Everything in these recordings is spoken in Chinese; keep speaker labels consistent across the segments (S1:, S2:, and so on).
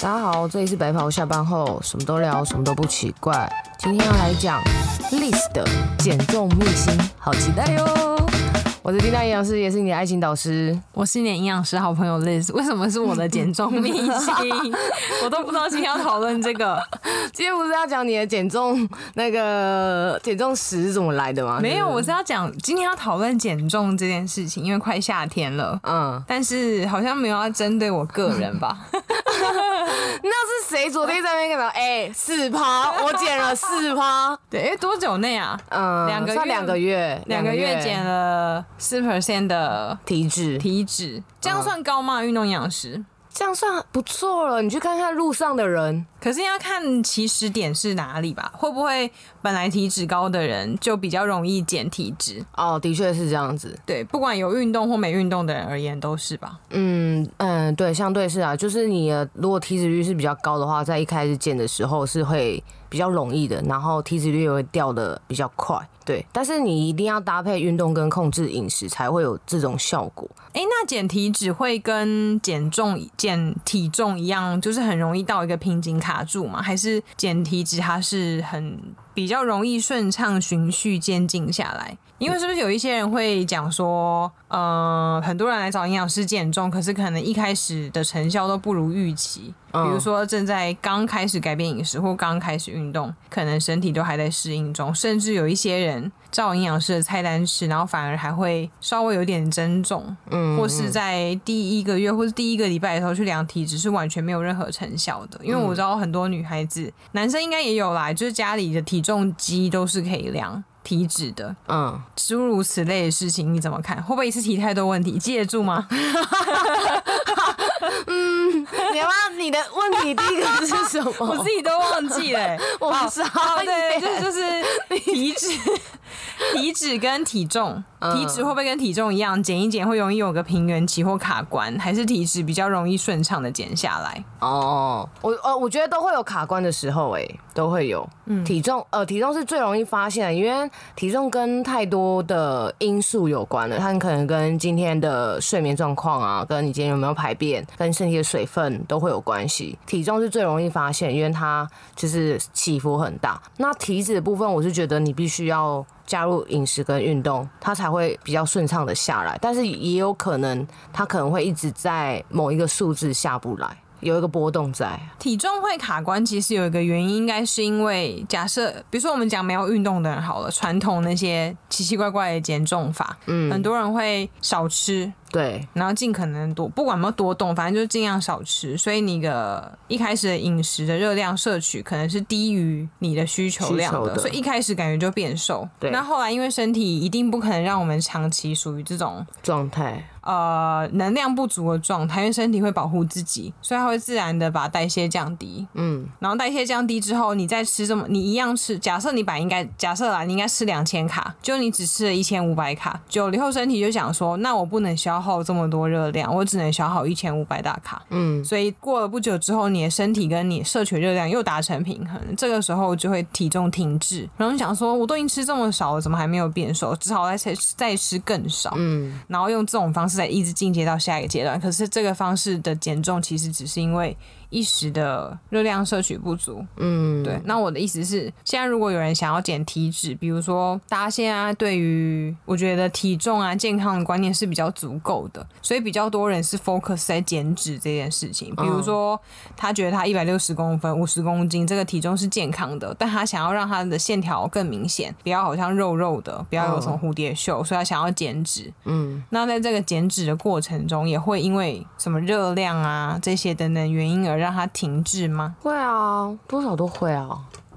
S1: 大家好，这里是白袍下班后，什么都聊，什么都不奇怪。今天要来讲 list 的减重秘辛，好期待哟！我是叮当营养师，也是你的爱情导师。
S2: 我是你的营养师好朋友 Liz，为什么是我的减重秘辛？我都不知道今天要讨论这个。
S1: 今天不是要讲你的减重那个减重史怎么来的吗？
S2: 没
S1: 是
S2: 有，
S1: 不
S2: 我
S1: 是
S2: 是要讲今天要讨论减重这件事情，因为快夏天了，
S1: 嗯，
S2: 但是好像没有要针对我个人吧。
S1: 那是谁昨天在那边跟我 哎四趴，我减了四趴，
S2: 对，因为多久内啊？
S1: 嗯，
S2: 两个月
S1: 算 两个月，
S2: 两个月减了四 percent 的
S1: 体脂，
S2: 体脂，这样算高吗？运动营养师？
S1: 这样算不错了。你去看看路上的人，
S2: 可是要看起始点是哪里吧，会不会本来体脂高的人就比较容易减体脂？
S1: 哦，的确是这样子。
S2: 对，不管有运动或没运动的人而言都是吧。
S1: 嗯嗯，对，相对是啊，就是你的如果体脂率是比较高的话，在一开始减的时候是会比较容易的，然后体脂率也会掉的比较快，对。但是你一定要搭配运动跟控制饮食，才会有这种效果。
S2: 哎、那减体脂会跟减重、减体重一样，就是很容易到一个瓶颈卡住吗？还是减体脂它是很比较容易顺畅、循序渐进下来？因为是不是有一些人会讲说，呃，很多人来找营养师减重，可是可能一开始的成效都不如预期，比
S1: 嗯
S2: 如说正在刚开始改变饮食或刚开始运动，可能身体都还在适应中，甚至有一些人照营养师的菜单吃，然后反而还会稍微有点增重，
S1: 嗯，
S2: 或是在第一个月或是第一个礼拜的时候去量体脂是完全没有任何成效的，因为
S1: 嗯
S2: 我知道很多女孩子，男生应该也有啦，就是家里的体重机都是可以量体脂的，
S1: 嗯，
S2: 诸如此类的事情你怎么看？会不会一次提太多问题？记得 住吗？
S1: 你要不要你的问题第一个是什 么？
S2: 我自己都忘记了、欸。
S1: 我
S2: 哦
S1: 傻
S2: 哦，对，
S1: 眼
S2: 就 是就是体脂，体脂跟体重，
S1: 嗯
S2: 体脂会不会跟体重一样减一减会容易有个平原期或卡关，还是体脂比较容易顺畅的减下来？
S1: 哦，我呃，我觉得都会有卡关的时候、欸，都会有。体重呃，体重是最容易发现的，因为体重跟太多的因素有关了，它很可能跟今天的睡眠状况啊，跟你今天有没有排便，跟身体的水分都会有关系。体重是最容易发现，因为它就是起伏很大。那体脂的部分，我是觉得你必须要。加入饮食跟运动，它才会比较顺畅的下来。但是也有可能，它可能会一直在某一个数字下不来，有一个波动在。
S2: 体重会卡关，其实有一个原因，应该是因为假设，比如说我们讲没有运动的人好了，传统那些奇奇怪怪的减重法，嗯，很多人会少吃，
S1: 对，
S2: 然后尽可能多，不管有没有多动，反正就是尽量少吃。所以你的一开始的饮食的热量摄取可能是低于你的需求量
S1: 需
S2: 的，
S1: 求的
S2: 所以一开始感觉就变瘦。
S1: 对
S2: 那后来因为身体一定不可能让我们长期属于这种
S1: 状态，
S2: 呃能量不足的状态，因为身体会保护自己，所以它会自然的把代谢降低。
S1: 嗯，
S2: 然后代谢降低之后，你再吃这么，你一样吃。假设你本来应该，假设啦，你应该吃两千卡，就你只吃了一千五百卡，久了以后身体就想说，那我不能消耗这么多热量，我只能消耗一千五百大卡。
S1: 嗯，
S2: 所以过了不久之后，你的身体跟你摄取热量又达成平衡，这个时候就会体重停滞。然后你想说，我都已经吃这么少了，怎么还没有变瘦？只好再吃再吃更少。嗯，然后用这种方式来一直进阶到下一个阶段。可是这个方式的减重其实只是因为一时的热量摄取不足。嗯，对。那我的意思是，现在如果有人想要减体脂，比如说大家现在对于我觉得体重啊、健康的观念是比较足够的，所以比较多人是 focus 在减脂这件事情。比如说，他觉得他一百六十公分、五十公斤这个体重是健康的，但他想要让他的线条更明显，不要好像肉肉的，不要有什么蝴蝶袖，所以他想要减脂。那在这个减脂的过程中，也会因为什么热量啊这些等等原因而让它停滞吗？
S1: 会啊，多少都会啊，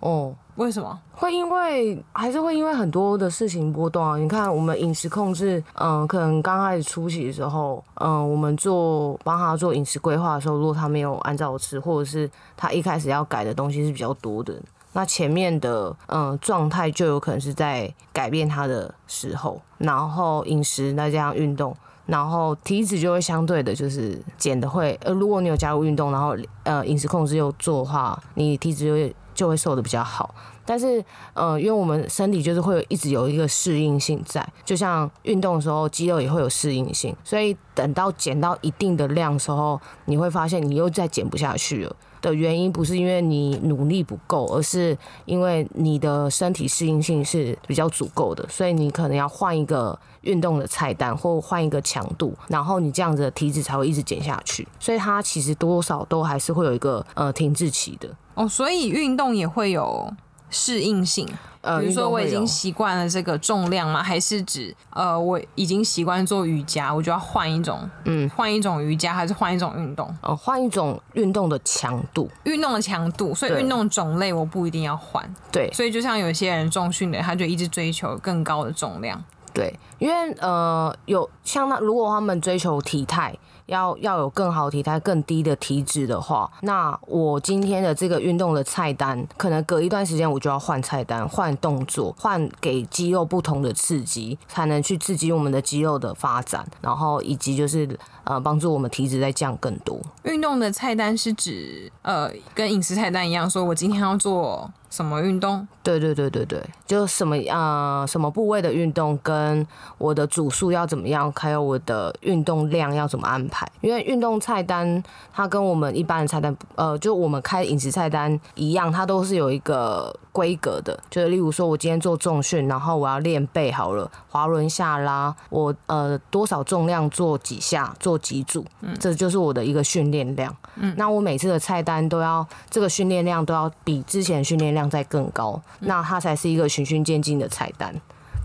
S1: 哦。
S2: 为什么？
S1: 会因为还是会因为很多的事情波动啊。你看，我们饮食控制，嗯、可能刚开始初期的时候，嗯、我们做帮他做饮食规划的时候，如果他没有按照吃，或者是他一开始要改的东西是比较多的，那前面的嗯、状态就有可能是在改变他的时候，然后饮食再加上运动。然后体脂就会相对的，就是减的会，呃，如果你有加入运动，然后呃饮食控制又做的话，你体脂就会就会瘦的比较好。但是，呃，因为我们身体就是会有一直有一个适应性在，就像运动的时候，肌肉也会有适应性，所以等到减到一定的量的时候，你会发现你又再减不下去了。的原因不是因为你努力不够，而是因为你的身体适应性是比较足够的，所以你可能要换一个运动的菜单或换一个强度，然后你这样子的体脂才会一直减下去。所以它其实多少都还是会有一个呃停滞期的。
S2: 哦，所以运动也会有适应性。
S1: 呃，
S2: 比如说我已
S1: 运动会有
S2: 经习惯了这个重量吗？还是指呃我已经习惯做瑜伽，我就要换一种，嗯，换一种瑜伽，还是换一种运动？
S1: 呃换一种运动的强度，
S2: 运动的强度，所以
S1: 对
S2: 运动种类我不一定要换。
S1: 对
S2: 所以就像有些人重训的，他就一直追求更高的重量。
S1: 对，因为呃有像那如果他们追求体态。要要有更好的体态、更低的体脂的话，那我今天的这个运动的菜单，可能隔一段时间我就要换菜单、换动作、换给肌肉不同的刺激，才能去刺激我们的肌肉的发展，然后以及就是呃帮助我们体脂再降更多。
S2: 运动的菜单是指呃跟饮食菜单一样，说我今天要做什么运动，
S1: 对对对对对，就什么呃什么部位的运动，跟我的组数要怎么样，还有我的运动量要怎么安排。因为运动菜单它跟我们一般的菜单不，呃，就我们开饮食菜单一样，它都是有一个规格的。就是例如说，我今天做重训，然后我要练背好了，滑轮下拉，我呃多少重量做几下，做几组，这就是我的一个训练量。那我每次的菜单都要这个训练量都要比之前训练量再更高，那它才是一个循序渐进的菜单。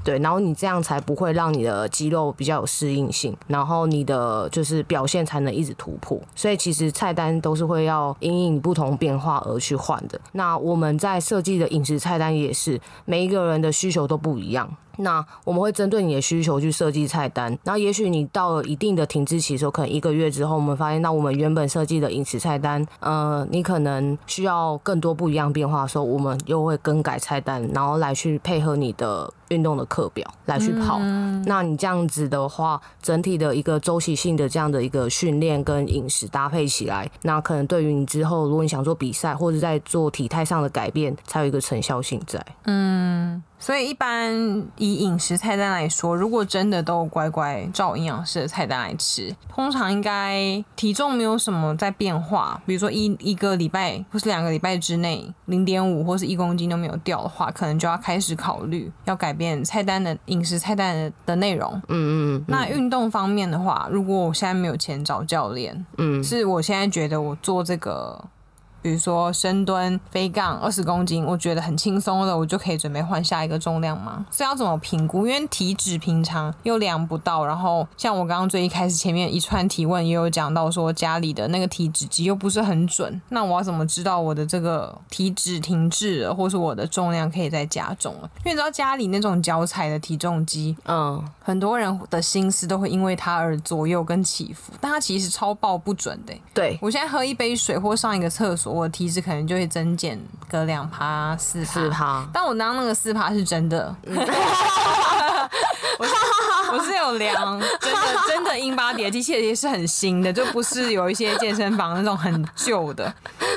S1: 对，然后你这样才不会让你的肌肉比较有适应性，然后你的就是表现才能一直突破。所以其实菜单都是会要因应不同变化而去换的。那我们在设计的饮食菜单也是，每一个人的需求都不一样。那我们会针对你的需求去设计菜单，然后也许你到了一定的停滞期的时候，可能一个月之后，我们发现到我们原本设计的饮食菜单，呃，你可能需要更多不一样变化的时候，我们又会更改菜单，然后来去配合你的运动的课表来去跑。那你这样子的话，整体的一个周期性的这样的一个训练跟饮食搭配起来，那可能对于你之后，如果你想做比赛或者在做体态上的改变，才有一个成效性在。
S2: 所以一般以饮食菜单来说，如果真的都乖乖照营养师的菜单来吃，通常应该体重没有什么在变化。比如说一一个礼拜或是两个礼拜之内，零点五或是一公斤都没有掉的话，可能就要开始考虑要改变菜单的饮食菜单的的内容。
S1: 嗯嗯
S2: 那运动方面的话，如果我现在没有钱找教练，
S1: 嗯
S2: 是我现在觉得我做这个，比如说深蹲、飞杠二十公斤，我觉得很轻松了，我就可以准备换下一个重量吗？所以要怎么评估？因为体脂平常又量不到，然后像我刚刚最一开始前面一串提问也有讲到说家里的那个体脂机又不是很准，那我要怎么知道我的这个体脂停滞了，或是我的重量可以再加重了？因为你知道家里那种脚踩的体重机，
S1: 嗯，
S2: 很多人的心思都会因为它而左右跟起伏，但它其实超爆不准的欸、
S1: 对。
S2: 我现在喝一杯水或上一个厕所，我的体脂可能就会增减个两趴四
S1: 是
S2: 趴。
S1: 他，
S2: 但我当那个四趴是真的， 我是我是有量，真的真的英巴迪的机器也是很新的，就不是有一些健身房那种很旧的，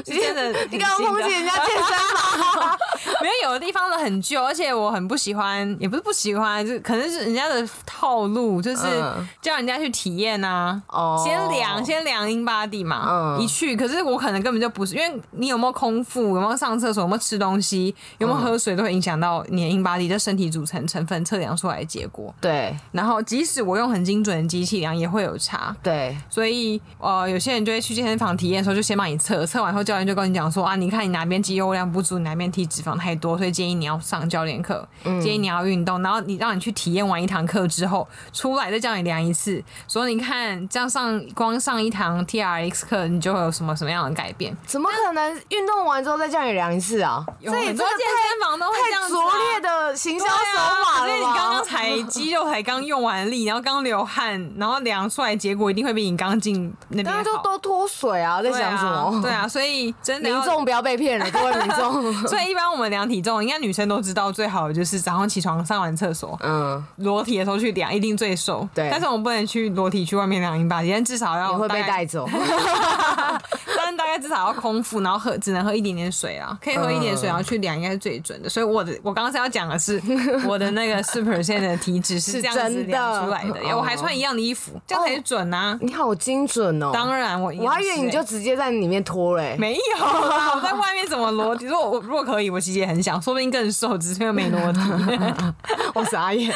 S2: 是真的很新的。
S1: 你干嘛抨击人家健身房？
S2: 没有，有的地方都很旧，而且我很不喜欢，也不是不喜欢，就可能是人家的套路，就是
S1: 嗯
S2: 叫人家去体验啊。
S1: 哦
S2: 先量，先量 in body 嘛，
S1: 嗯
S2: 一去，可是我可能根本就不是，因为你有没有空腹，有没有上厕所，有没有吃东西，有没有喝水，都会影响到你的 in body 的身体组成成分测量出来的结果。
S1: 对
S2: 然后，即使我用很精准的机器量，也会有差。
S1: 对，
S2: 所以呃，有些人就会去健身房体验的时候，就先帮你测，测完后教练就跟你讲说啊，你看你哪边肌肉量不足，你哪边体脂肪太多，所以建议你要上教练课，建议你要运动，然后你让你去体验完一堂课之后，出来再叫你量一次，所以你看这样上光上一堂啊 T R X 课，你就会有什么什么样的改变？
S1: 怎么可能运动完之后再叫你量一次啊？
S2: 有
S1: 这也
S2: 很
S1: 真
S2: 多健
S1: 的
S2: 身房都会这
S1: 太
S2: 样
S1: 太
S2: 子、
S1: 拙劣
S2: 啊。
S1: 的行销
S2: 对
S1: 手
S2: 啊，
S1: 法
S2: 可
S1: 了
S2: 是你
S1: 吧
S2: 刚刚才肌肉才刚用完力，然后刚流汗，然后量出来结果一定会比你刚进那边
S1: 大家
S2: 好。
S1: 就都脱水啊，在
S2: 对
S1: 想什
S2: 啊
S1: 么？
S2: 对啊，所以真的要
S1: 民。众不要被骗了，各位民 众。
S2: 所以一般我们量体重，应该女生都知道，最好的就是早上起床上完厕所，
S1: 嗯，
S2: 裸体的时候去量，一定最瘦。
S1: 对
S2: 但是我们不能去裸体去外面量一把，但至少要
S1: 你会被
S2: 大概
S1: 带，走。
S2: 但大概概至少要空腹，然后喝只能喝一点点水啊，可以喝一点
S1: 嗯
S2: 水，然后去量应该是最准的。所以我的我刚刚是要讲 的是我的那个四 percent 的体脂是这样子
S1: 真的
S2: 量出来的，哎我还穿一样的衣服，这样才准啊。
S1: 你好精准哦！
S2: 当然我
S1: 我还以为你
S2: 是
S1: 就直接在里面脱嘞、
S2: 没有啊啦，我在外面怎么裸体？如果我如果可以，我其实也很想，说不定更瘦，只是因为没 裸体。
S1: 我傻 眼。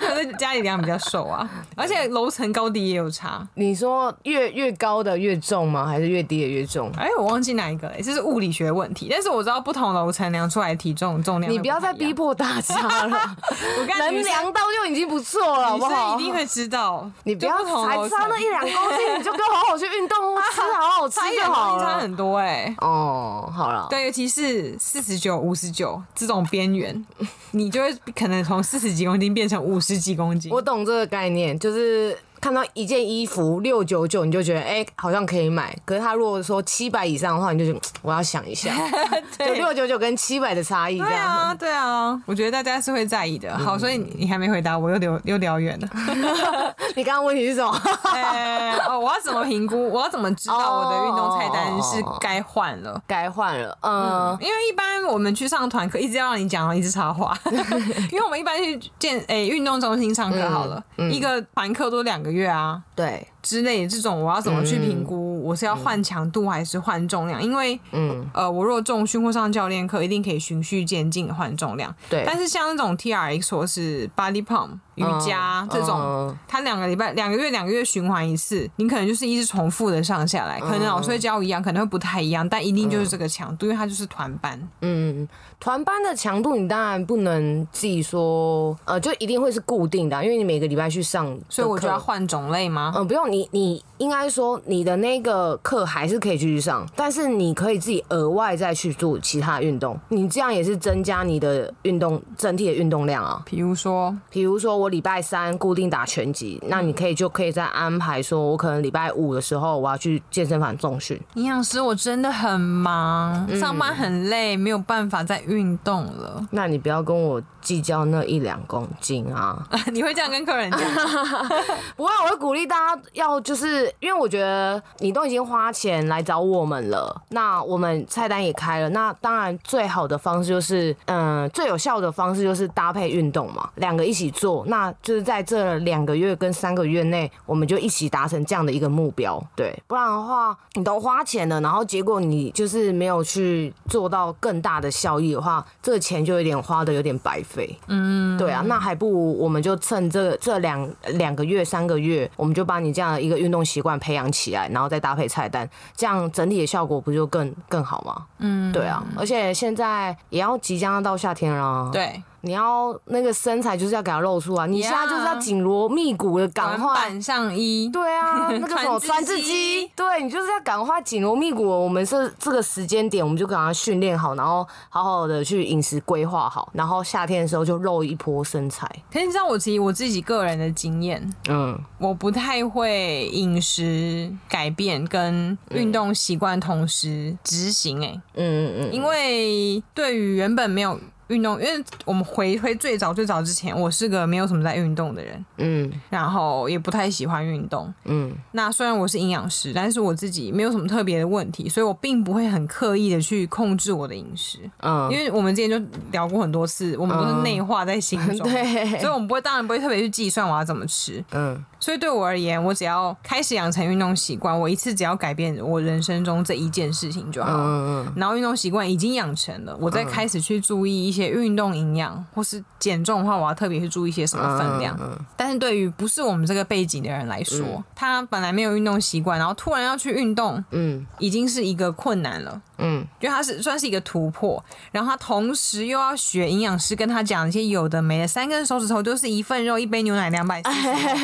S2: 我在家里量比较瘦啊，而且楼层高低也有差。
S1: 你说越越高的越重吗？还是越低的越重？
S2: 哎，我忘记哪一个了，这是物理学问题。但是我知道不同楼层量出来的体重重量，
S1: 你不要再逼。迫大家了，
S2: 我跟
S1: 能
S2: 你讲，
S1: 量到就已经不错了，好
S2: 女
S1: 不
S2: 生
S1: 好
S2: 一？定会知道，
S1: 你不要
S2: 就不同
S1: 还
S2: 楼层
S1: 差那一两公斤，你就跟好好去运动，吃好好吃
S2: 差一
S1: 就
S2: 两
S1: 好
S2: 公斤差
S1: 了。
S2: 很多哎、
S1: 哦，好了，
S2: 对，尤其是四十九、五十九这种边缘，你就会可能从四十几公斤变成五十几公斤。
S1: 我懂这个概念，就是看到一件衣服六九九，你就觉得哎、好像可以买。可是他如果说七百以上的话，你就觉得我要想一 下，就六九九跟七百的差异这
S2: 对
S1: 样。嗯
S2: 啊，对啊，我觉得大家是会在意的。好，所以你你还没回答我，又聊又聊远 了。
S1: 你刚刚问题是什么？
S2: 哎哦，我要怎么评估？我要怎么知道我的运动菜单是该换了？
S1: 该换了，嗯，
S2: 因为一般我们去上团课，一直要让你讲，一直插话。 因为我们一般去健诶运动中心上课好了，
S1: 嗯
S2: 一个团课都两个月啊
S1: 对，
S2: 之类的，这种我要怎么去评估？我是要换强度还是换重量？因为
S1: 嗯，
S2: 呃，我若重训或上教练课，一定可以循序渐进地换重量。
S1: 对，
S2: 但是像那种 T R X 或是 Body Pump 瑜伽、
S1: 嗯
S2: 这种，
S1: 嗯
S2: 它两个礼拜、两个月、两个月循环一次，你可能就是一直重复的上下来，可
S1: 嗯
S2: 能老师会教一样，可能会不太一样，但一定就是这个强度，因为它就是团班。
S1: 嗯，团班的强度你当然不能自己说，呃，就一定会是固定的啊、因为你每个礼拜去上的课，
S2: 所以我就要换种类吗？
S1: 嗯，不用你，你应该说你的那个课还是可以继续上，但是你可以自己额外再去做其他运动，你这样也是增加你的运动整体的运动量啊。
S2: 比如说，
S1: 比如说我礼拜三固定打拳击，那你可以就可以再安排说，我可能礼拜五的时候我要去健身房重训。
S2: 营养师我真的很忙，
S1: 嗯
S2: 上班很累，没有办法再运动了。
S1: 那你不要跟我计较那一两公斤啊。
S2: 你会这样跟 客人讲？
S1: 不会，我会鼓励大家要，就是因为我觉得你都已经花钱来找我们了，那我们菜单也开了，那当然最好的方式就是，嗯、最有效的方式就是搭配运动嘛，两个一起做，那就是在这两个月跟三个月内，我们就一起达成这样的一个目标，对，不然的话，你都花钱了，然后结果你就是没有去做到更大的效益的话，这个钱就有点花的有点白费。
S2: 嗯
S1: 对啊，那还不如我们就趁这这两两个月、三个月，我们就把你这样的一个运动习惯培养起来，然后再搭配菜单，这样整体的效果不就更更好吗？嗯，对啊，而且现在也要即将要到夏天了，，啊
S2: 对，
S1: 你要那个身材就是要给它露出啊，你
S2: Yeah
S1: 现在就是要紧锣密鼓的赶
S2: 短
S1: 快。
S2: 板上衣。
S1: 对 啊，那个什么
S2: 传
S1: 传
S2: 字
S1: 字
S2: 机
S1: 机，对你就是要赶快紧锣密鼓。我们是这个时间点，我们就赶快训练好，然后好好的去饮食规划好，然后夏天的时候就露一波身材。
S2: 可是你知道我其实我自己个人的经验，
S1: 嗯，
S2: 我不太会饮食改变跟运动习惯同时执行、欸，
S1: 嗯嗯
S2: 因为对于原本没有运动，因为我们回回最早最早之前，我是个没有什么在运动的人，
S1: 嗯
S2: 然后也不太喜欢运动。
S1: 嗯
S2: 那虽然我是营养师，但是我自己没有什么特别的问题，所以我并不会很刻意的去控制我的饮食，
S1: 嗯嗯，
S2: 因为我们之前就聊过很多次，我们都是内化在心中，所以
S1: 对，
S2: 我们不会当然不会特别去计算我要怎么吃。
S1: 嗯
S2: 所以对我而言，我只要开始养成运动习惯，我一次只要改变我人生中这一件事情就好。
S1: 嗯
S2: 然后运动习惯已经养成了，我再开始去注意一些运动营养，或是减重的话，我要特别去注意一些什么
S1: 嗯
S2: 分量。但是对于不是我们这个背景的人来说，他本来没有运动习惯，然后突然要去运动，
S1: 嗯
S2: 已经是一个困难了。
S1: 嗯
S2: 因为他是算是一个突破，然后他同时又要学营养师跟他讲一些有的没的，三根手指头就是一份肉，一杯牛奶两百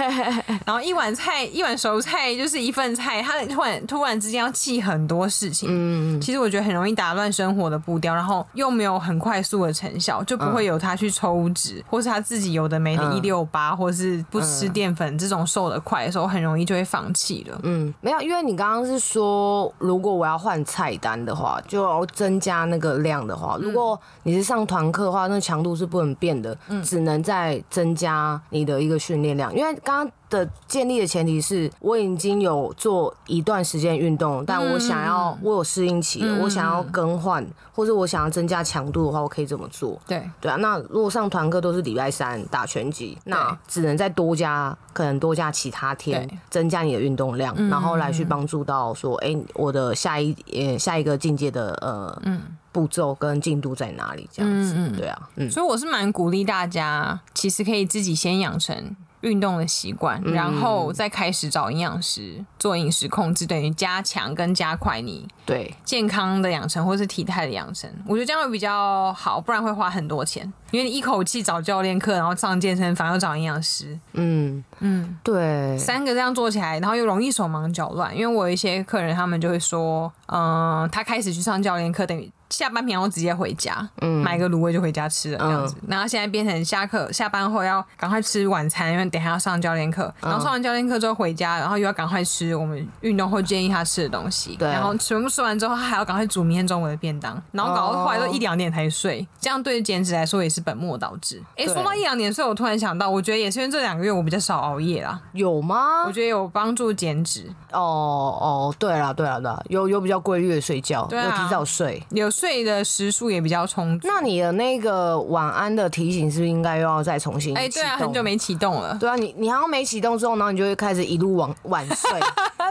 S2: 然后一碗菜一碗熟菜就是一份菜，他突然突然之间要记很多事情，
S1: 嗯
S2: 其实我觉得很容易打乱生活的步调，然后又没有很快速的成效，就不会有他去抽脂，
S1: 嗯
S2: 或是他自己有的没的一六八，或是不吃淀粉这种瘦的快的时候，很容易就会放弃了。
S1: 嗯，没有，因为你刚刚是说，如果我要换菜单的话，就要增加那个量的话，如果你是上团课的话，那强度是不能变的，只能再增加你的一个训练量，因为刚刚。的建立的前提是我已经有做一段时间运动，但我想要我有适应期了，我想要更换，或者我想要增加强度的话，我可以怎么做？
S2: 对，
S1: 对啊，那如果上团课都是礼拜三打拳击，那只能再多加，可能多加其他天
S2: 对，嗯
S1: 增加你的运动量，然后来去帮助到说，哎、我的下一呃下一个境界的呃
S2: 嗯
S1: 步骤跟进度在哪里？这样子，对啊，嗯，
S2: 所以我是蛮鼓励大家，其实可以自己先养成运动的习惯，然后再开始找营养师做饮食控制，等于加强跟加快你
S1: 对，
S2: 健康的养成或是体态的养成。我觉得这样会比较好，不然会花很多钱，因为你一口气找教练课，然后上健身房又找营养师，
S1: 嗯嗯，对，
S2: 三个这样做起来，然后又容易手忙脚乱。因为我有一些客人，他们就会说，嗯、他开始去上教练课，等于下班平常直接回家，
S1: 嗯
S2: 买个卤味就回家吃了这样子。然后现在变成下课下班后要赶快吃晚餐，因为等一下要上教练课，
S1: 嗯
S2: 然后上完教练课之后回家，然后又要赶快吃我们运动会建议他吃的东西，
S1: 对
S2: 然后全部吃完之后，他还要赶快煮明天中午的便当，然后搞到后来都一两点才睡，这样对减脂来说也是本末倒置。哎、
S1: 对
S2: 说到一两点睡，我突然想到，我觉得也是因为这两个月我比较少熬夜啦。
S1: 有吗
S2: 我？觉得有帮助减脂，
S1: 哦哦，对了对了对了，有有比较规律的睡觉，
S2: 对啊
S1: 有提早睡。
S2: 有睡的时数也比较充足。
S1: 那你的那个晚安的提醒是不是应该又要再重新启动？
S2: 哎、对啊，很久没启动了。
S1: 对啊，你你好像没启动之后，然后你就会开始一路往晚 睡，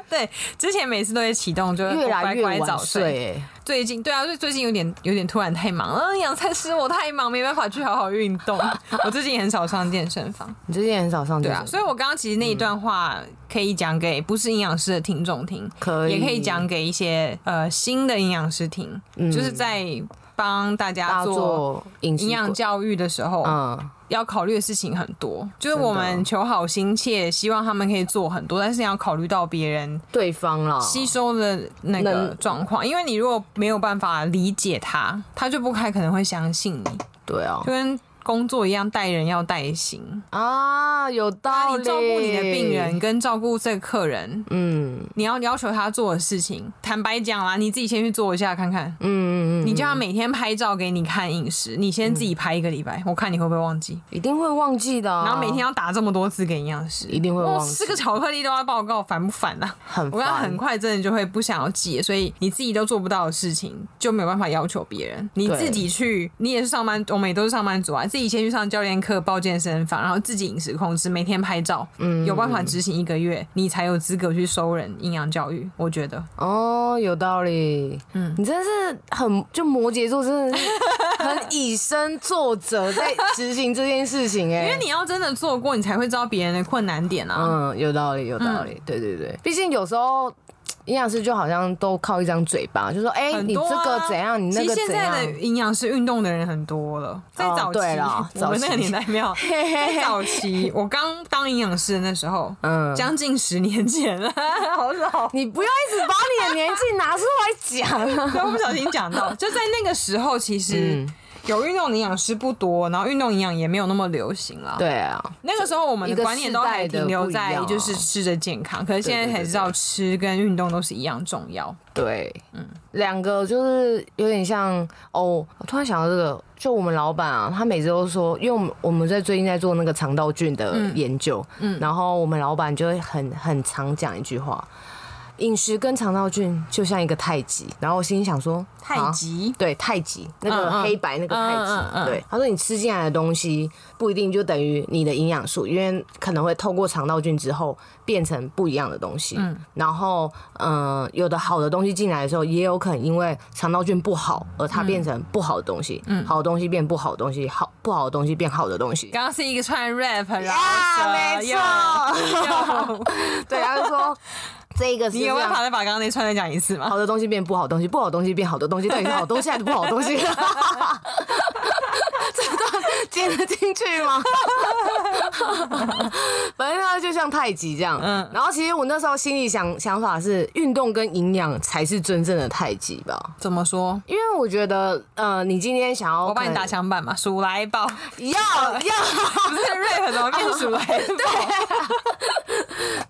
S2: 对，之前每次都会启动，就会
S1: 越来越
S2: 乖乖
S1: 晚
S2: 早睡。
S1: 睡、欸。
S2: 最近对啊，最最近有点有点突然太忙了， 养菜师我太忙，没办法去好好运动。 我最近也很少上健身房，
S1: 你最近很少上
S2: 对
S1: 健
S2: 啊，
S1: 身，
S2: 所以我刚刚其实那一段话可以讲给不是营养师的听众听，
S1: 可以嗯
S2: 也可以讲给一些呃新的营养师听，就是在帮大
S1: 大
S2: 家
S1: 家
S2: 做
S1: 做饮食
S2: 营养
S1: 规
S2: 教育的时候，
S1: 嗯，
S2: 要考虑的事情很多，就是我们求好心切，希望他们可以做很多，但是要考虑到别人
S1: 对方啦，
S2: 吸收的那个
S1: 能
S2: 状况，因为你如果没有办法理解他，他就不太可能会相信你，
S1: 对啊
S2: 就，跟工作一样，带人要带心。
S1: 啊，有道
S2: 那
S1: 理。
S2: 你照顾你的病人，跟照顾这个客人，
S1: 嗯
S2: 你要要求他做的事情，坦白讲啦，你自己先去做一下看看。
S1: 嗯嗯，
S2: 你叫他每天拍照给你看饮食，你先自己拍一个礼拜，我看你会不会忘记。
S1: 一定会忘记的啊、
S2: 然后每天要打这么多次给营养师，
S1: 一定会
S2: 哇
S1: 忘记
S2: 吃个巧克力都要报告，烦不烦啊？
S1: 很
S2: 我刚
S1: 烦
S2: 很快真的就会不想要记，所以你自己都做不到的事情，就没有办法要求别人。你
S1: 对
S2: 自己去，你也是上班，我们也都是上班族啊，自己先去上教练课、报健身房，然后自己饮食控制，每天拍照，嗯，有办法执行一个月，你才有资格去收人营养教育。我觉得
S1: 哦，有道理。嗯，你真的是很就摩羯座，真的是很以身作则在执行这件事 情哎、
S2: 因为你要真的做过，你才会知道别人的困难点啊。
S1: 嗯，有道理，有道理。对对对，毕竟有时候。营养师就好像都靠一张嘴巴，就说：“哎、
S2: 很
S1: 你
S2: 多啊
S1: 这个怎样，你那
S2: 其
S1: 个
S2: 实现
S1: 怎样。
S2: 在的营养师运动的人很多了，在
S1: 哦
S2: 早期，
S1: 对啦
S2: 我们那
S1: 早
S2: 个
S1: 期
S2: 年代 没有。在早期，我刚当营养师的那时候，
S1: 嗯
S2: 将近十年前了， 好老”，
S1: 你不要一直把你的年纪拿出来讲啊！
S2: 对，我不小心讲到，就在那个时候，其实
S1: 嗯
S2: 有运动的营养师不多，然后运动营养也没有那么流行了。
S1: 对啊，
S2: 那个时候我们
S1: 一
S2: 的
S1: 个
S2: 观念都
S1: 世代
S2: 还
S1: 的
S2: 停留
S1: 不一
S2: 在
S1: 样啊
S2: 就是吃的健康，可是现在才知道吃跟运动都是一样重要。
S1: 对，嗯两个就是有点像哦。我突然想到这个，就我们老板啊，他每次都说，因为我们我们在最近在做那个肠道菌的研究，
S2: 嗯
S1: 然后我们老板就会很很常讲一句话：饮食跟肠道菌就像一个太极。然后我心里想说，
S2: 太
S1: 啊
S2: 极，
S1: 对太极，那
S2: 嗯
S1: 个
S2: 嗯
S1: 黑白那个太极，
S2: 嗯嗯嗯
S1: 对，他说你吃进来的东西不一定就等于你的营养素，因为可能会透过肠道菌之后变成不一样的东西。然后，嗯、有的好的东西进来的时候，也有可能因为肠道菌不好而它
S2: 嗯
S1: 变成不好的东西，好的东西变不好的东西，好不好的东西变好的东西。
S2: 刚刚是一个串 rap，然
S1: 呀
S2: 后
S1: 没
S2: 又又
S1: 对，他就 说这个是
S2: 你有
S1: 这
S2: 办
S1: 样
S2: 法再把刚刚那串再讲一次吗？
S1: 好的东西变不好东西，不好东西变好的东西，到底是好东西还是不好东西？ 这段接得进去吗？ 反正它就像太极这样。嗯，然后其实我那时候心里想想法是，运动跟营养才是真正的太极吧。
S2: 怎么说？
S1: 因为我觉得，呃，你今天想要
S2: 我帮你
S1: 可能
S2: 打响板嘛，数来宝，
S1: 要要，
S2: 哦不是 rap 怎么变数来宝？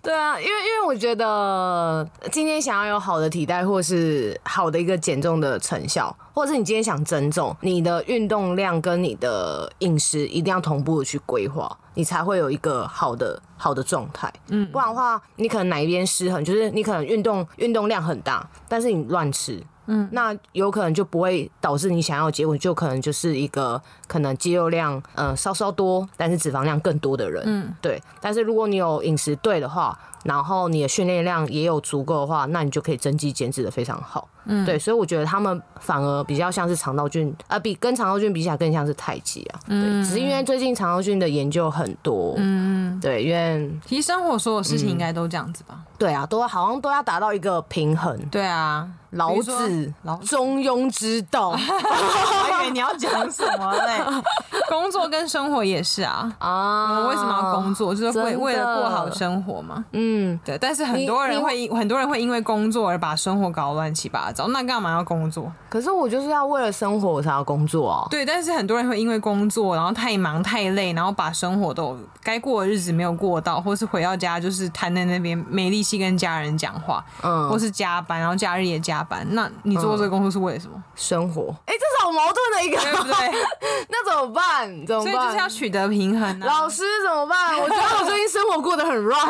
S1: 对啊，因为因为我觉得今天想要有好的体态，或是好的一个减重的成效，或者是你今天想增重，你的运动量跟你的饮食一定要同步的去规划，你才会有一个好的好的状态。嗯，不然的话，你可能哪一边失衡，就是你可能运动运动量很大，但是你乱吃。嗯，那有可能就不会导致你想要的结果，就可能就是一个可能肌肉量呃稍稍多，但是脂肪量更多的人。嗯，对。但是如果你有饮食对的话，然后你的训练量也有足够的话，那你就可以增肌减脂的非常好。嗯，对。所以我觉得他们反而比较像是肠道菌，呃，比跟肠道菌比起来更像是太极啊。嗯，只是因为最近肠道菌的研究很多。嗯，对，因为
S2: 其实生活所有事情应该都这样子吧？
S1: 对啊，都好像都要达到一个平衡。
S2: 对啊，
S1: 老子
S2: 老子
S1: 中庸之道
S2: 我还以为你要讲什么嘞？ 工作跟生活也是啊。我
S1: 啊
S2: 们为什么要工？作？就是为
S1: 真的
S2: 为了过好生活嘛。
S1: 嗯，
S2: 对，但是很
S1: 你
S2: 多人
S1: 你
S2: 会因很多人会因为工作而把生活搞得乱七八糟，那干嘛要工作？
S1: 可是我就是要为了生活我才要工作哦。
S2: 对，但是很多人会因为工作，然后太忙太累，然后把生活都该过的日子没有过到，或是回到家就是瘫在那边没力气跟家人讲话，
S1: 嗯
S2: 或是加班，然后假日也加班。那你做这个工作是为了什么？
S1: 生活，哎、这是好矛盾的一
S2: 对不
S1: 个，
S2: 对？
S1: 那怎么办？怎么
S2: 所以就是要
S1: 办？
S2: 取得平衡 啊，
S1: 老师怎么 办？我觉得我最近生活过得很乱、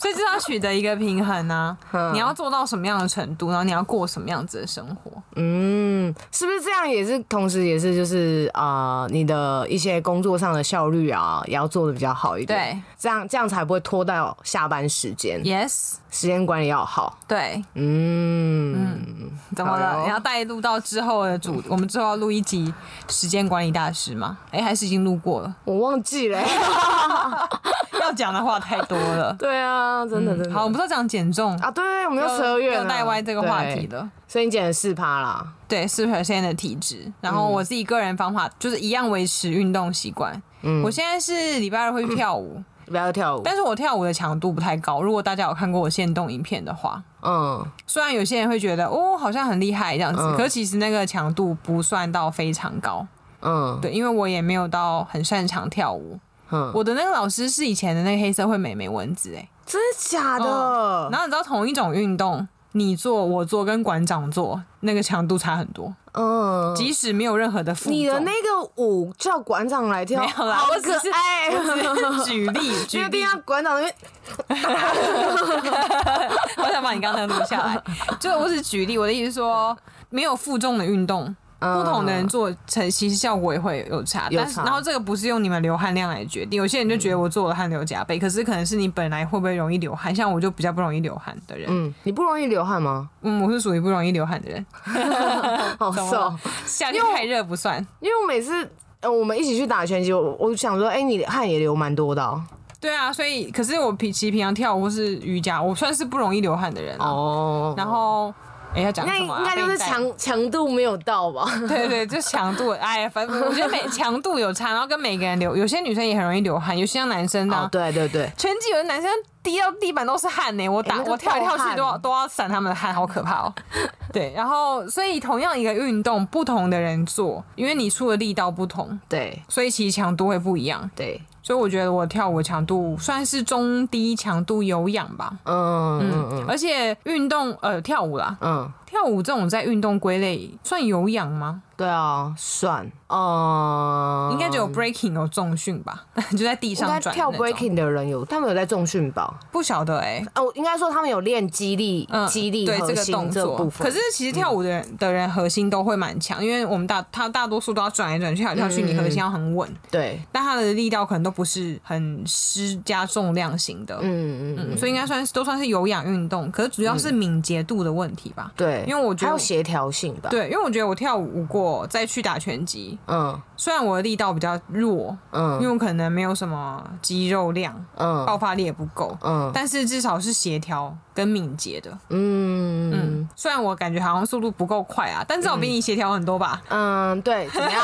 S2: 所以就是要取得一个平衡啊。你要做到什么样的程度，然后你要过什么样子的生活？
S1: 嗯，是不是这样？也是，同时也是就是啊、呃你的一些工作上的效率啊，也要做的比较好一点。
S2: 对，
S1: 这样这样才不会拖到下班时间，
S2: ，yes，
S1: 时间管理要好。
S2: 对，
S1: 嗯，
S2: 怎么
S1: 好
S2: 了？
S1: 哟
S2: 你要带入到之后的主，我们之后要录一集时间管理大师吗？哎、还是已经录过了。
S1: 我忘记了、
S2: 要讲的话太多了。
S1: 对啊，真的真的。
S2: 嗯好，我们都讲减重，
S1: 啊，对，我们又
S2: 又
S1: 十二月
S2: 又带歪这个话题
S1: 的，
S2: 了。
S1: 所以你减了四趴啦。
S2: 对，四 percent 的体脂，然
S1: 嗯
S2: 后我自己个人方法就是一样维持运动习惯。
S1: 嗯
S2: 我现在是礼拜二会去跳舞，
S1: 不要跳舞，
S2: 但是我跳舞的强度不太高。如果大家有看过我现动影片的话，
S1: 嗯，
S2: 虽然有些人会觉得哦好像很厉害这样子，可其实那个强度不算到非常高。
S1: 嗯，
S2: 对，因为我也没有到很擅长跳舞。
S1: 嗯
S2: 我的那个老师是以前的那个黑社会美眉蚊子、哎，
S1: 真的假的？
S2: 然后你知道同一种运动，你做、我做跟馆长做，那个强度差很多，
S1: 嗯，
S2: 即使没有任何的负重。
S1: 你的那个舞叫馆长来跳，
S2: 没有啦
S1: 好
S2: 我只
S1: 可
S2: 是
S1: 爱。
S2: 我只是举例，举
S1: 决
S2: 例
S1: 定，要馆长那边，
S2: 我想把你刚才录下来。就我只举例，我的意思是说，没有负重的运动，不同的人做成其实效果也会有差。
S1: 嗯有
S2: 但是
S1: 差嗯
S2: 然后这个不是用你们流汗量来决定，有些人就觉得我做了汗流浃背，可是可能是你本来会不会容易流汗，像我就比较不容易流汗的人。
S1: 嗯，你不容易流汗 吗？
S2: 嗯，我是属于不容易流汗的人，
S1: 好
S2: 怎么了
S1: 瘦，
S2: 夏天太热不算。
S1: 因为我每次呃我们一起去打拳击，我我想说，哎，你汗也流蛮多的哦
S2: 对啊，所以可是我平其实平常跳舞或是瑜伽，我算是不容易流汗的人、啊。
S1: 哦，
S2: 然后，哎、要讲
S1: 那
S2: 什
S1: 应
S2: 么啊、
S1: 该就是
S2: 被你带
S1: 强强度没有到 吧？
S2: 对对，就强度，哎，反正我觉得每强度有差，然后跟每个人流，有些女生也很容易流汗，有些像男生呢、
S1: 哦，对对对，
S2: 拳击有的男生滴到地板都是汗呢、欸我打、
S1: 哎那个
S2: 我跳来跳去
S1: 暴
S2: 都要
S1: 汗
S2: 都要散他们的汗，好可怕 哦。对，然后所以同样一个运动，不同的人做，因为你出的力道不同，
S1: 对
S2: 所以其实强度会不一样。
S1: 对，
S2: 所以我觉得我跳舞强度算是中低强度有氧吧，
S1: 嗯嗯嗯
S2: 而且运动呃跳舞啦，
S1: 嗯。
S2: 跳舞这种在运动归类算有氧吗？
S1: 对啊，算，嗯，
S2: 应该只有 breaking 有重训吧， 就在地
S1: 应
S2: 上
S1: 该
S2: 转
S1: 跳
S2: 那种
S1: breaking 的人有，他们有在重训吧？
S2: 不晓得哎、
S1: 哦，应该说他们有练肌力、
S2: 嗯，
S1: 肌力
S2: 对
S1: 核
S2: 这个
S1: 心
S2: 动
S1: 这部
S2: 作，
S1: 分。嗯
S2: 可是其实跳舞的人、的人核心都会蛮强，因为我们大他大多数都要转来转去，跳来跳去，你核心要很稳，
S1: 对，
S2: 但他的力道可能都不是很施加重量型的，
S1: 嗯嗯，
S2: 嗯，所以应该算是都算是有氧运动，可是主要是敏捷度的问题吧。
S1: 对，
S2: 因为我觉得
S1: 还有协调性吧。，
S2: 对，因为我觉得我跳舞过，再去打拳击，
S1: 嗯
S2: 虽然我的力道比较弱，因为哦
S1: 嗯
S2: 我可能没有什么肌肉量，
S1: 嗯
S2: 爆发力也不够，
S1: 嗯
S2: 但是至少是协调跟敏捷的。
S1: 嗯
S2: 嗯，虽然我感觉好像速度不够快啊，但至少比你协调很多吧。
S1: 嗯，对，怎么样？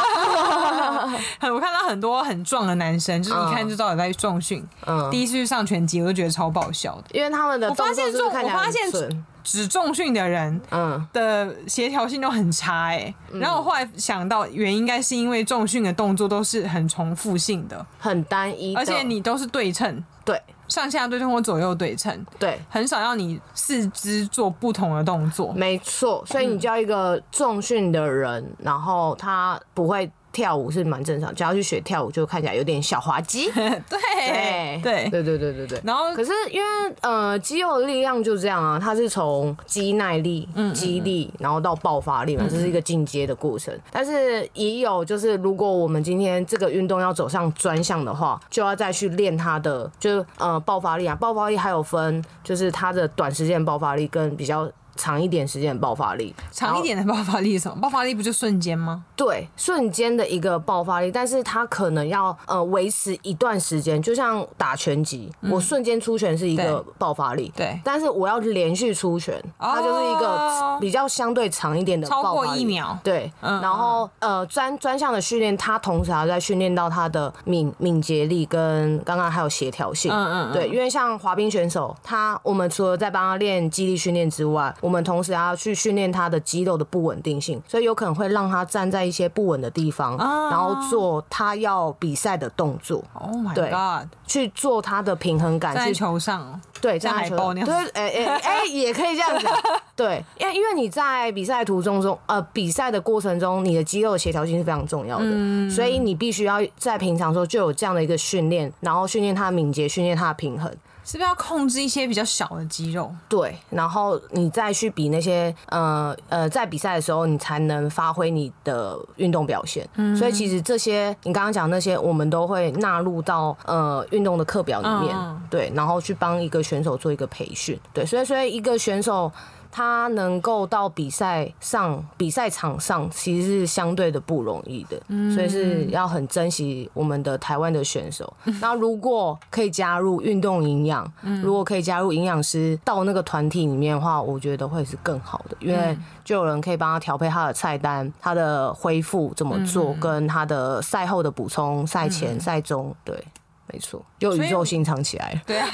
S2: 很我看到很多很壮的男生，就是一看就知道有在重训。
S1: 嗯，
S2: 第一次去上拳击，我就觉得超爆笑的。
S1: 因为他们的
S2: 我发
S1: 动作
S2: 现
S1: 是
S2: 重
S1: 看起来
S2: 我发
S1: 很
S2: 现
S1: 顺
S2: 只重训的人
S1: 嗯
S2: 的协调性都很差哎、然后我后来想到，原因应该是因为重训的动作都是很重复性的，
S1: 很单一的，
S2: 而且你都是对称，
S1: 对
S2: 上下对称或左右对称，
S1: 对，
S2: 很少要你四肢做不同的动作。
S1: 没错，所以你叫一个重训的人，然后他不会跳舞是蛮正常，只要去学跳舞就看起来有点小滑稽。
S2: 对
S1: 对对对对对对。
S2: 然后
S1: 可是因为呃肌肉的力量就这样啊，它是从肌耐力、
S2: 嗯
S1: 肌力，然后到爆发力嘛，这是一个进阶的过程。但是也有就是，如果我们今天这个运动要走上专项的话，就要再去练它的，就是呃爆发力啊，爆发力还有分，就是它的短时间爆发力跟比较长一点时间的爆发力，
S2: 长一点的爆发力是什么？爆发力不就瞬间吗？
S1: 对，瞬间的一个爆发力，但是它可能要呃维持一段时间，就像打拳击，我瞬间出拳是一个
S2: 嗯对
S1: 爆发力，
S2: 对
S1: 但是我要连续出拳，它就是一
S2: 哦
S1: 个比较相对长一点的
S2: 超
S1: 爆
S2: 过
S1: 发力
S2: 一。秒。
S1: 对，
S2: 嗯
S1: 然后呃专专项的训练，它同时还要在训练到它的敏敏捷力跟刚刚还有协调性。
S2: 嗯嗯嗯
S1: 对，因为像滑冰选手，他我们除了在帮他练肌力训练之外，我们同时还要去训练他的肌肉的不稳定性，所以有可能会让他站在一些不稳的地方，
S2: 啊
S1: 然后做他要比赛的动作，
S2: Oh my
S1: 对
S2: god！
S1: 去做他的平衡感，
S2: 站在
S1: 去
S2: 球上，哦
S1: 对，
S2: 像
S1: 站在
S2: 海
S1: 球场
S2: 豹那样
S1: 对，哎哎 哎，也可以这样讲。对，因为因为你在比赛途中中，呃，比赛的过程中，你的肌肉的协调性是非常重要的，
S2: 嗯
S1: 所以你必须要在平常的时候就有这样的一个训练，然后训练它的敏捷，训练它的平衡。
S2: 是不是要控制一些比较小的肌肉？
S1: 对，然后你再去比那些呃呃，在比赛的时候，你才能发挥你的运动表现。
S2: 嗯
S1: 所以其实这些你刚刚讲那些，我们都会纳入到呃运动的课表里面，
S2: 嗯
S1: 对，然后去帮一个选手做一个培训。对，所以所以一个选手。他能够到比赛上、比赛场上，其实是相对的不容易的，所以是要很珍惜我们的台湾的选手。那如果可以加入运动营养，如果可以加入营养师到那个团体里面的话，我觉得会是更好的，因为就有人可以帮他调配他的菜单、他的恢复怎么做，跟他的赛后的补充、赛前、赛中，对。没错，又宇宙心肠起来了。
S2: 对啊，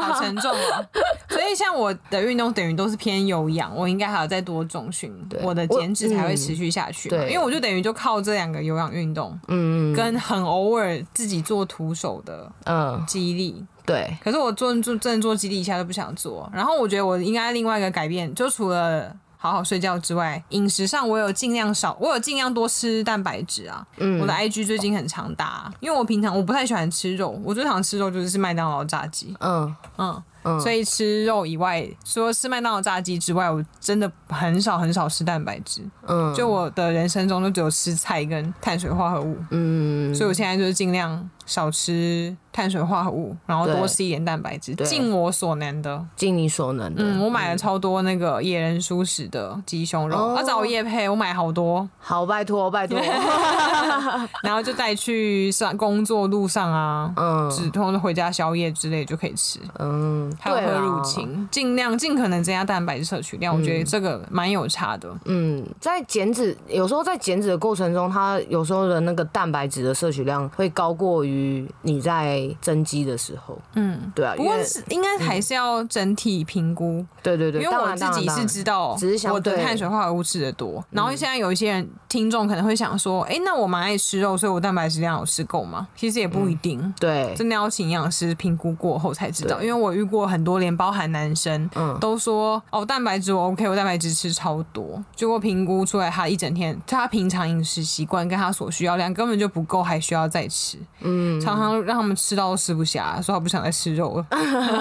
S2: 好沉重哦。所以像我的运动等于都是偏有氧，我应该还要再多重训，我的减脂才会持续下去嘛。
S1: 我嗯对
S2: 因为我就等于就靠这两个有氧运动，嗯，跟很偶尔自己做徒手的
S1: 嗯，
S2: 肌力。
S1: 对，
S2: 可是我做做真的做肌力一下都不想做。然后我觉得我应该另外一个改变，就除了。好好睡觉之外，饮食上我有尽量少，我有尽量多吃蛋白质啊。我的 IG 最近很常打，因为我平常我不太喜欢吃肉，我最常吃肉就是麦当劳炸鸡。
S1: 嗯，
S2: 嗯，
S1: 嗯
S2: 所以吃肉以外，除了吃麦当劳炸鸡之外，我真的很少很少吃蛋白质。
S1: 嗯，
S2: 就我的人生中就只有吃菜跟碳水化合物，
S1: 嗯，
S2: 所以我现在就是尽量少吃碳水化合物，然后
S1: 对
S2: 多吃一点蛋白质，
S1: 对
S2: 尽我所能的。
S1: 尽你所能的。
S2: 嗯，我买了超多那个野人舒食的鸡胸肉，
S1: 哦
S2: 他、找我叶配，我买好多，
S1: 好，拜托，拜 托。
S2: 然后就带去上工作路上啊，
S1: 嗯
S2: 只通常回家宵夜之类就可以吃。
S1: 嗯，
S2: 还有
S1: 对
S2: 喝
S1: 啦
S2: 乳清，尽量尽可能增加蛋白质摄取量，我觉得这个蛮有差的。
S1: 嗯，在减脂，有时候在减脂的过程中，它有时候的那个蛋白质的摄取量会高过于你在增肌的时候。嗯，对啊，
S2: 不
S1: 因
S2: 过
S1: 为
S2: 是应该还是要整体评估，
S1: 对对对，
S2: 因为
S1: 当
S2: 我
S1: 然
S2: 自己是。知道
S1: 只是相
S2: 我的
S1: 对嗯
S2: 碳水化合物吃的多，然后现在有一些人听众可能会想说，哎，那我蛮爱吃肉，所以我蛋白质量有吃够吗？其实也
S1: 嗯
S2: 不一定。
S1: 当然对，
S2: 真的要请营养师评估过后才知道，
S1: 对
S2: 因为我遇过很多连包含男生，
S1: 嗯
S2: 都说哦蛋白质我 OK，我蛋白质吃超多，结果评估出来他一整天他平常饮食习惯跟他所需要量根本就不够，还需要再吃，嗯，常常让他们吃到都吃不下，说他不想再 吃肉了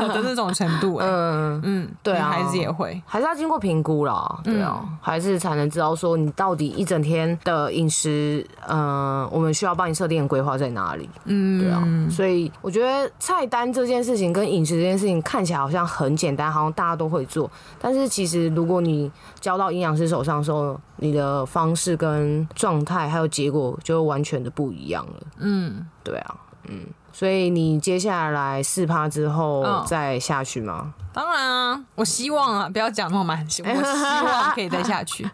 S2: 的那种程度、欸，
S1: 嗯，
S2: 嗯，
S1: 对啊
S2: 女孩子也会。
S1: 还是要经过评估啦，对啊，
S2: 嗯
S1: 还是才能知道说你到底一整天的饮食，呃，我们需要帮你设定的规划在哪里，嗯，对啊，所以我觉得菜单这件事情跟饮食这件事情看起来好像很简单，好像大家都会做，但是其实如果你交到营养师手上的时候，你的方式跟状态还有结果就完全的不一样了，嗯，对啊，嗯，所以你接下来四趴之
S2: 嗯
S1: 后再下去吗？
S2: 当然啊，我希望啊，不要讲那么满，我希望可以再 下去，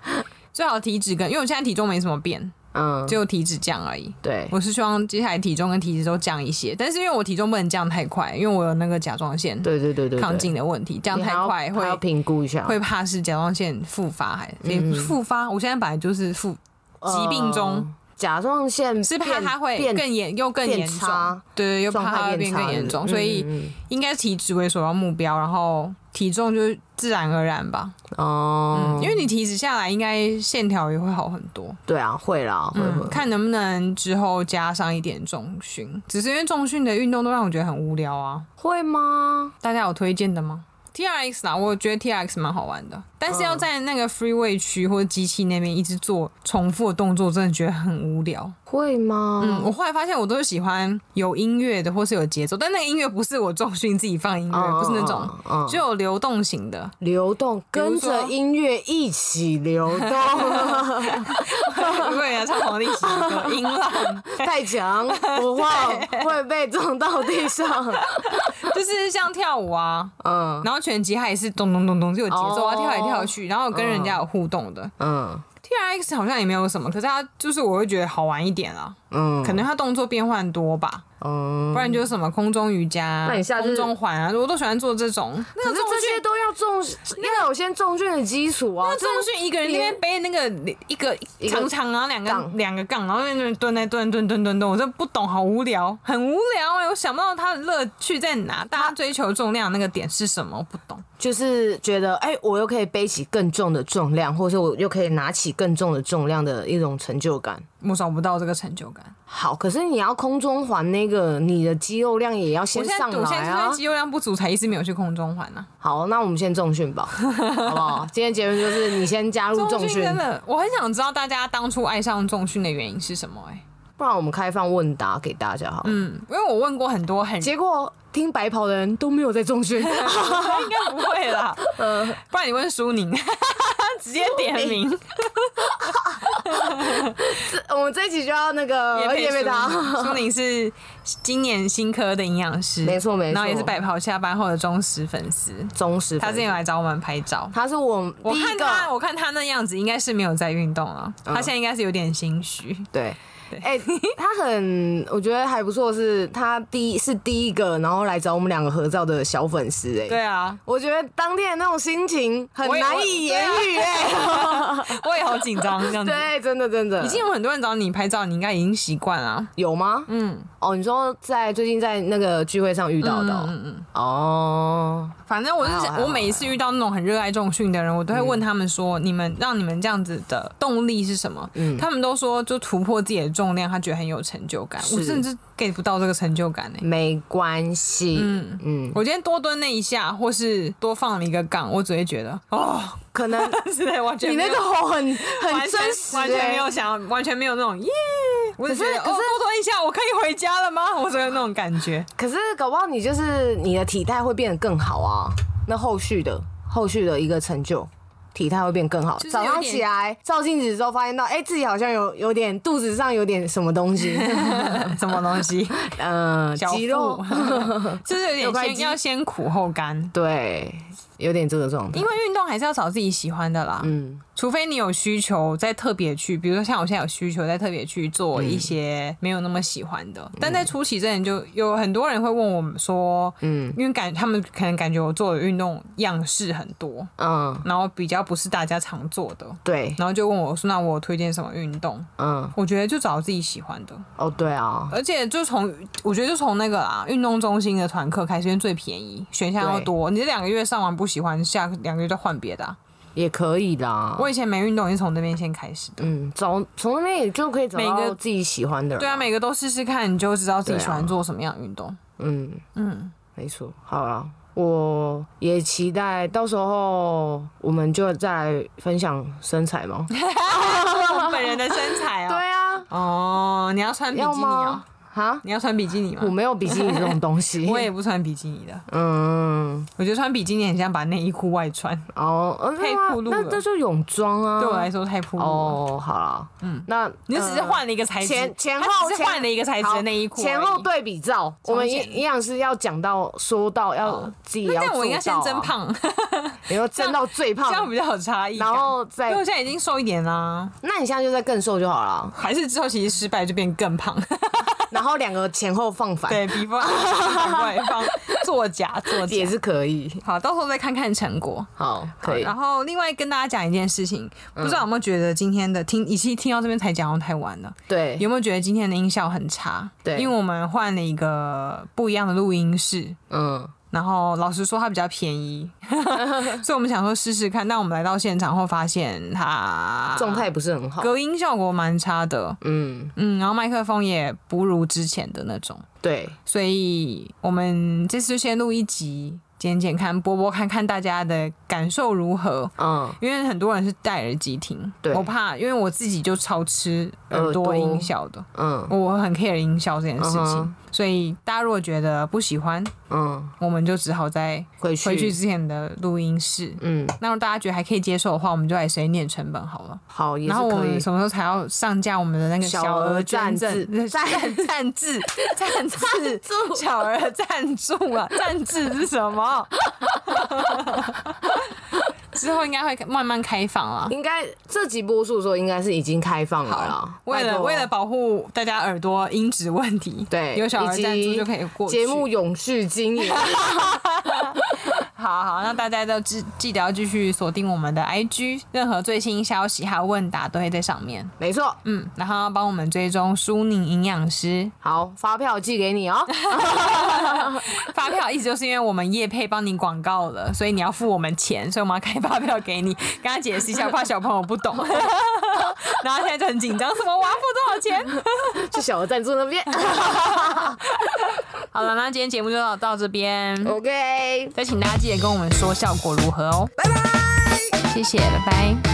S2: 最好体脂跟，因为我现在体重没什么变，
S1: 嗯，
S2: 只有体脂降而已。
S1: 对，
S2: 我是希望接下来体重跟体脂都降一些，但是因为我体重不能降太快，因为我有那个甲状腺
S1: 对对对对对，
S2: 亢进的问题，降
S1: 你还
S2: 太
S1: 要
S2: 快
S1: 还要嗯
S2: 会
S1: 评估一下，
S2: 会怕是甲状腺复发还也不是复发，我现在本来就是复疾病中
S1: 呃甲状腺
S2: 是怕
S1: 变
S2: 它会
S1: 变
S2: 更严又更
S1: 变
S2: 严重
S1: 差，
S2: 对对，又
S1: 状
S2: 怕
S1: 态
S2: 它会
S1: 变
S2: 变更
S1: 差
S2: 严
S1: 了
S2: 重，所以
S1: 嗯嗯
S2: 应该是体脂为首要目标，然后体重就是自然而然吧，
S1: 哦，
S2: 因为你体脂下来，应该线条也会好很多。
S1: 对啊，会啦，会会
S2: 嗯，看能不能之后加上一点重训，只是因为重训的运动都让我觉得很无聊啊。
S1: 会吗？
S2: 大家有推荐的吗？T 嗯 R X 啦，我觉得 T R X 蛮好玩的，但是要在那个 freeway 区或者机器那边一直做重复的动作，真的觉得很无聊。
S1: 会吗？
S2: 嗯，我后来发现我都是喜欢有音乐的或是有节奏，但那个音乐不是我重训自己放音乐，不是那种，
S1: 嗯
S2: 只有流动型 的。
S1: 流动，跟着音乐一起流动，
S2: 对啊，唱黄立行的歌《音浪》。
S1: 太强，不晃会被撞到地上。
S2: 就是像跳舞啊，
S1: 嗯
S2: 然后拳击它也是咚咚咚咚就有节奏
S1: 哦
S2: 啊，跳来跳去，然后跟人家有互动的。
S1: 嗯
S2: T R X 好像也没有什么，可是它就是我会觉得好玩一点啊，
S1: 嗯
S2: 可能它动作变换多吧，
S1: 嗯
S2: 不，然就是什么空中瑜伽啊、
S1: 那你下次
S2: 空中环啊，我都喜欢做这种。那
S1: 可
S2: 个
S1: 是
S2: 重
S1: 这些
S2: 训，
S1: 都要重，要有先重训的基础啊。
S2: 那重训一个人那边背那个一个
S1: 一个
S2: 长长啊，两个
S1: 杠
S2: 两个杠，然后在那边蹲来蹲蹲蹲蹲蹲，我真的不懂，好无聊，很无聊哎、我想不到它的乐趣在哪，大家追求重量那个点是什么，我不懂。
S1: 就是觉得，哎、我又可以背起更重的重量，或者是我又可以拿起更重的重量的一种成就感。
S2: 我找不到这个成就感。
S1: 好，可是你要空中环那个，你的肌肉量也要
S2: 我
S1: 先
S2: 现在
S1: 上
S2: 我现
S1: 来
S2: 在是因
S1: 啊
S2: 为。肌肉量不足，才一直没有去空中环啊呢、
S1: 好，那我们先重 训吧，好不好？今天结论就是你先加入重训，
S2: 真的，我很想知道大家当初爱上重训的原因是什么、哎，
S1: 不然我们开放问答给大家好了。
S2: 嗯，因为我问过很多很，
S1: 结果听白跑的人都没有在重 训，
S2: 应该不会 啦，
S1: 嗯
S2: 不然你问苏宁， 直接点名，
S1: 我们这一集就要那个哦叶
S2: 叶
S1: 贝
S2: 佩
S1: 达。
S2: 苏宁苏宁是今年新科的营养师，
S1: 没错没错
S2: 然后也是白袍下班后的忠实粉丝，
S1: 忠实
S2: 他
S1: 粉丝，
S2: 之前有来找我们拍照。
S1: 他是我第
S2: 我
S1: 一
S2: 看他，
S1: 个，嗯
S2: 我看他那样子，应该是没有在运动了。他现在应该是有点心虚。
S1: 对。哎、他很，我觉得还不错，是他第一是第一个，然后来找我们两个合照的小粉丝、哎，
S2: 对啊，
S1: 我觉得当天的那种心情很
S2: 我也
S1: 难
S2: 我
S1: 以
S2: 对
S1: 言
S2: 啊
S1: 喻、哎，
S2: 我也好紧张这样 子。
S1: 对，啊真的真的，
S2: 已经有很多人找你拍照，你应该已经习惯了。
S1: 有吗？
S2: 嗯，
S1: 哦，你说在最近在那个聚会上遇到的、哦，嗯嗯哦，
S2: 反正我是
S1: 还好还
S2: 想
S1: 好嗯
S2: 我每一次遇到那种很热爱重训的人，我都会问他们说，你们让你们这样子的动力是什么？
S1: 嗯
S2: 他们都说就突破自己的重量，他觉得很有成就感。我甚至 get 不到这个成就感呢、
S1: 没关系，嗯嗯，
S2: 我今天多蹲了一下，或是多放了一个杠，我只会觉得哦，
S1: 可能
S2: 是的，完全
S1: 你
S2: 没
S1: 那
S2: 有
S1: 个吼 很
S2: 完
S1: 很
S2: 全
S1: 真实、
S2: 完全没
S1: 哎
S2: 有想要，完全没有那种耶。我只
S1: 可
S2: 觉
S1: 是
S2: 得
S1: 可是
S2: 哦多蹲一下，我可以回家了吗？我只有那种感 觉。
S1: 可是搞不好你就是你的体态会变得更好啊，那后续的后续的一个成就。体态会变更好。
S2: 是
S1: 早
S2: 有
S1: 上
S2: 点
S1: 起来照镜子之后，发现到哎、自己好像有有点肚子上有点什么东 西，
S2: 什么东西？
S1: 嗯，
S2: 小
S1: 肌肉，
S2: 就是有
S1: 有块
S2: 点先
S1: 肌
S2: 要先苦后甘。
S1: 对，有点这个状态
S2: 因。为运动还是要找自己喜欢的啦，
S1: 嗯，
S2: 除非你有需求再特别去，比如说像我现在有需求再特别去做一些没有那么喜欢的，但
S1: 嗯
S2: 在初期之前就有很多人会问我们说，嗯，因为感他们可能感觉我做的运动样式很多，
S1: 嗯，
S2: 然后比较不是大家常做的，
S1: 对，
S2: 然后就问我说，那我推荐什么运动？
S1: 嗯，
S2: 我觉得就找自己喜欢的，
S1: 哦，对啊，
S2: 而且就从我觉得就从那个啊运动中心的团课开始，因为最便宜，选项又
S1: 对
S2: 多。你这两个月上完不喜欢，下两个月再换别的、啊。
S1: 也可以啦。
S2: 我以前没运动，也是从那边先开始的。
S1: 嗯，找从那边也就可以找
S2: 每个
S1: 到自己喜欢的人。
S2: 对啊，每个都试试看，你就知道自己
S1: 啊
S2: 喜欢做什么样的运 动。
S1: 嗯，嗯，没错。好了，我也期待到时候我们就再来分享身材 吗？
S2: 我本人的身材
S1: 对
S2: 哦，
S1: 啊，
S2: 哦，你要穿比基
S1: 要
S2: 尼哦
S1: 吗？？哈，
S2: 你要穿比基尼
S1: 我
S2: 吗？
S1: 没有比基尼这种东西。
S2: 我也不穿比基尼的，
S1: 嗯，
S2: 我觉得穿比基尼很像把内衣裤外穿，
S1: 哦，呃
S2: 太
S1: 那
S2: 暴露
S1: 那
S2: 了
S1: 这就泳装啊。
S2: 对我来说太暴露了。
S1: 哦，好了，嗯，那
S2: 你就只是
S1: 呃
S2: 换了一个材质，
S1: 前前
S2: 它
S1: 后
S2: 只是
S1: 前
S2: 换了一个材质
S1: 好
S2: 的内衣裤而已，
S1: 前后对比照，我们营
S2: 前哦
S1: 营养师要讲到说到要自己
S2: 那
S1: 要
S2: 这样我应该先
S1: 做到
S2: 增
S1: 啊，
S2: 胖，
S1: 你要增到最
S2: 这样
S1: 胖，
S2: 比较有差异 感。
S1: 然后再
S2: 因为我现在已经瘦一点啦，
S1: 那你现在就再更瘦就好 了，
S2: 还是之后其实失败就变更胖。
S1: 然 后两个前后放反，
S2: 对，before 反过来放，做作假作假
S1: 也。是可以。
S2: 好，到时候再看看成果。
S1: 好，
S2: 好
S1: 可以。
S2: 然后另外跟大家讲一件事情，
S1: 嗯
S2: 不知道有没有觉得今天的听，以及听到这边才讲到太晚了，
S1: 对，
S2: 有没有觉得今天的音效很
S1: 哎
S2: 差？
S1: 对
S2: 因为我们换了一个不一样的录音室。
S1: 嗯，
S2: 然后老实说，它比较 便宜，所以我们想说试试看。但我们来到现场后，发现它
S1: 状态不是很好。
S2: 隔音效果蛮差的，
S1: 嗯，
S2: 嗯，然后麦克风也不如之前的那种，
S1: 对，
S2: 所以我们这次就先录一集，剪剪看，播播看看大家的感受如何。
S1: 嗯，
S2: 因为很多人是戴耳机听，
S1: 对
S2: 我怕，因为我自己就超吃耳
S1: 耳
S2: 朵
S1: 朵
S2: 音效的，
S1: 嗯，
S2: 我很 care 音效这件事情
S1: 嗯
S2: 所以大家如果觉得不喜欢，
S1: 嗯，
S2: 我们就只好再
S1: 回去，
S2: 回去之前的录音室。
S1: 嗯，
S2: 那如果大家觉得还可以接受的话，我们就来省一点成本好了。
S1: 好，也是
S2: 然后我
S1: 可以
S2: 们。什么时候才要上架我们的那个
S1: 小
S2: 小
S1: 额
S2: 额
S1: 赞
S2: 捐赠
S1: 助
S2: 赞赞助赞助小额赞助啊？赞助是什么？ 之后应该会慢慢开放了。
S1: 应该这集播出的时候，应该是已经开放了啦。
S2: 为
S1: 拜
S2: 了
S1: 托
S2: 为了保护大家耳朵音质问题，
S1: 对
S2: 有小额
S1: 以及
S2: 赞助就可以过去
S1: 节目永续经 营，
S2: 好好，那大家都记记得要继续锁定我们的 IG，任何最新消息还有问答都会在上面。
S1: 没错。
S2: 嗯，然后帮我们追踪苏宁营养师
S1: 好，发票寄给你哦。
S2: 发票，意思就是因为我们业配帮你广告了，所以你要付我们钱，所以我们要开发票给你。跟他解释一下，怕小朋友不 懂。然后现在就很紧张，什么我要付多少钱？
S1: 去小额赞助那边。
S2: 好了，那今天节目就到到这边，
S1: OK，
S2: 再请大家记得跟我们说效果如何哦。
S1: 拜拜。
S2: 谢谢，拜拜。